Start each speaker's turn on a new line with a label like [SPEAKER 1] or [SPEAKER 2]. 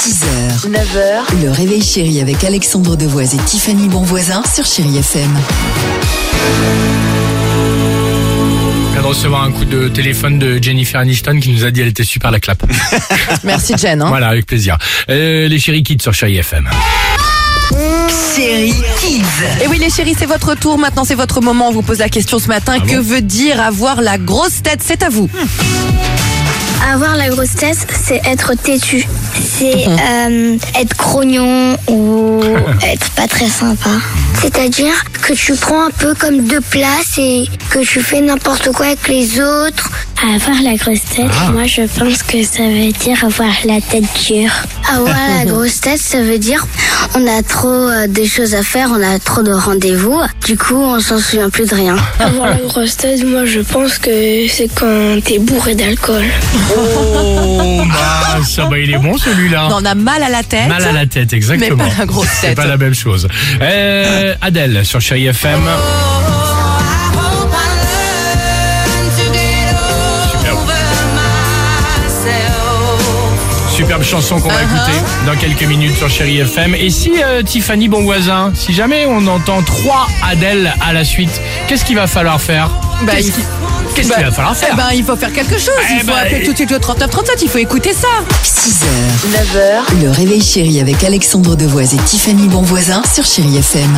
[SPEAKER 1] 6h, 9h, le réveil chéri avec Alexandre Devoise et Tiffany Bonvoisin sur Chéri FM.
[SPEAKER 2] Je viens de recevoir un coup de téléphone de Jennifer Aniston qui nous a dit elle était super la clap.
[SPEAKER 1] Hein Merci Jen. Hein.
[SPEAKER 2] voilà, avec plaisir. Euh, les chéri kids sur Chéri FM.
[SPEAKER 1] Chéri Kids. Et Eh oui les chéris, c'est votre tour, maintenant c'est votre moment. On vous pose la question ce matin,
[SPEAKER 2] Ah
[SPEAKER 1] que veut dire avoir la grosse tête C'est à vous.
[SPEAKER 3] Avoir la grosse tête, c'est être têtu. C'est euh, être grognon ou être pas très sympa. C'est-à-dire que tu prends un peu comme deux places et que tu fais n'importe quoi avec les autres.
[SPEAKER 4] Avoir la grosse tête,
[SPEAKER 2] Ah.
[SPEAKER 4] moi je pense que ça veut dire avoir la tête dure.
[SPEAKER 3] Avoir la grosse tête, ça veut dire on a trop euh, des choses à faire, on a trop de rendez-vous. Du coup, on s'en souvient plus de rien.
[SPEAKER 4] Avoir la grosse tête, moi je pense que c'est quand t'es bourré d'alcool.
[SPEAKER 2] Oh, bah, ça, bah, il est bon celui-là.
[SPEAKER 1] On en a mal à la tête.
[SPEAKER 2] Mal à la tête, exactement.
[SPEAKER 1] Mais pas la grosse
[SPEAKER 2] C'est
[SPEAKER 1] tête.
[SPEAKER 2] pas la même chose. Euh, Adèle sur Chéri FM. Superbe. Superbe chanson qu'on va
[SPEAKER 1] Uh-huh.
[SPEAKER 2] écouter dans quelques minutes sur Chéri FM. Et si euh, Tiffany Bonvoisin, si jamais on entend trois Adèle à la suite, qu'est-ce qu'il va falloir faire
[SPEAKER 1] Bah,
[SPEAKER 2] Qu'est-ce
[SPEAKER 1] il-
[SPEAKER 2] qu'il qu'est-ce
[SPEAKER 1] Bah,
[SPEAKER 2] qu'il va falloir faire
[SPEAKER 1] eh ben, il faut faire quelque chose.
[SPEAKER 2] Eh
[SPEAKER 1] il faut
[SPEAKER 2] ben,
[SPEAKER 1] appeler tout de suite le 3937. Il faut écouter ça.
[SPEAKER 5] 6h, 9h,
[SPEAKER 1] 9h.
[SPEAKER 5] le réveil chéri avec Alexandre Devoise et Tiffany Bonvoisin sur Chéri FM.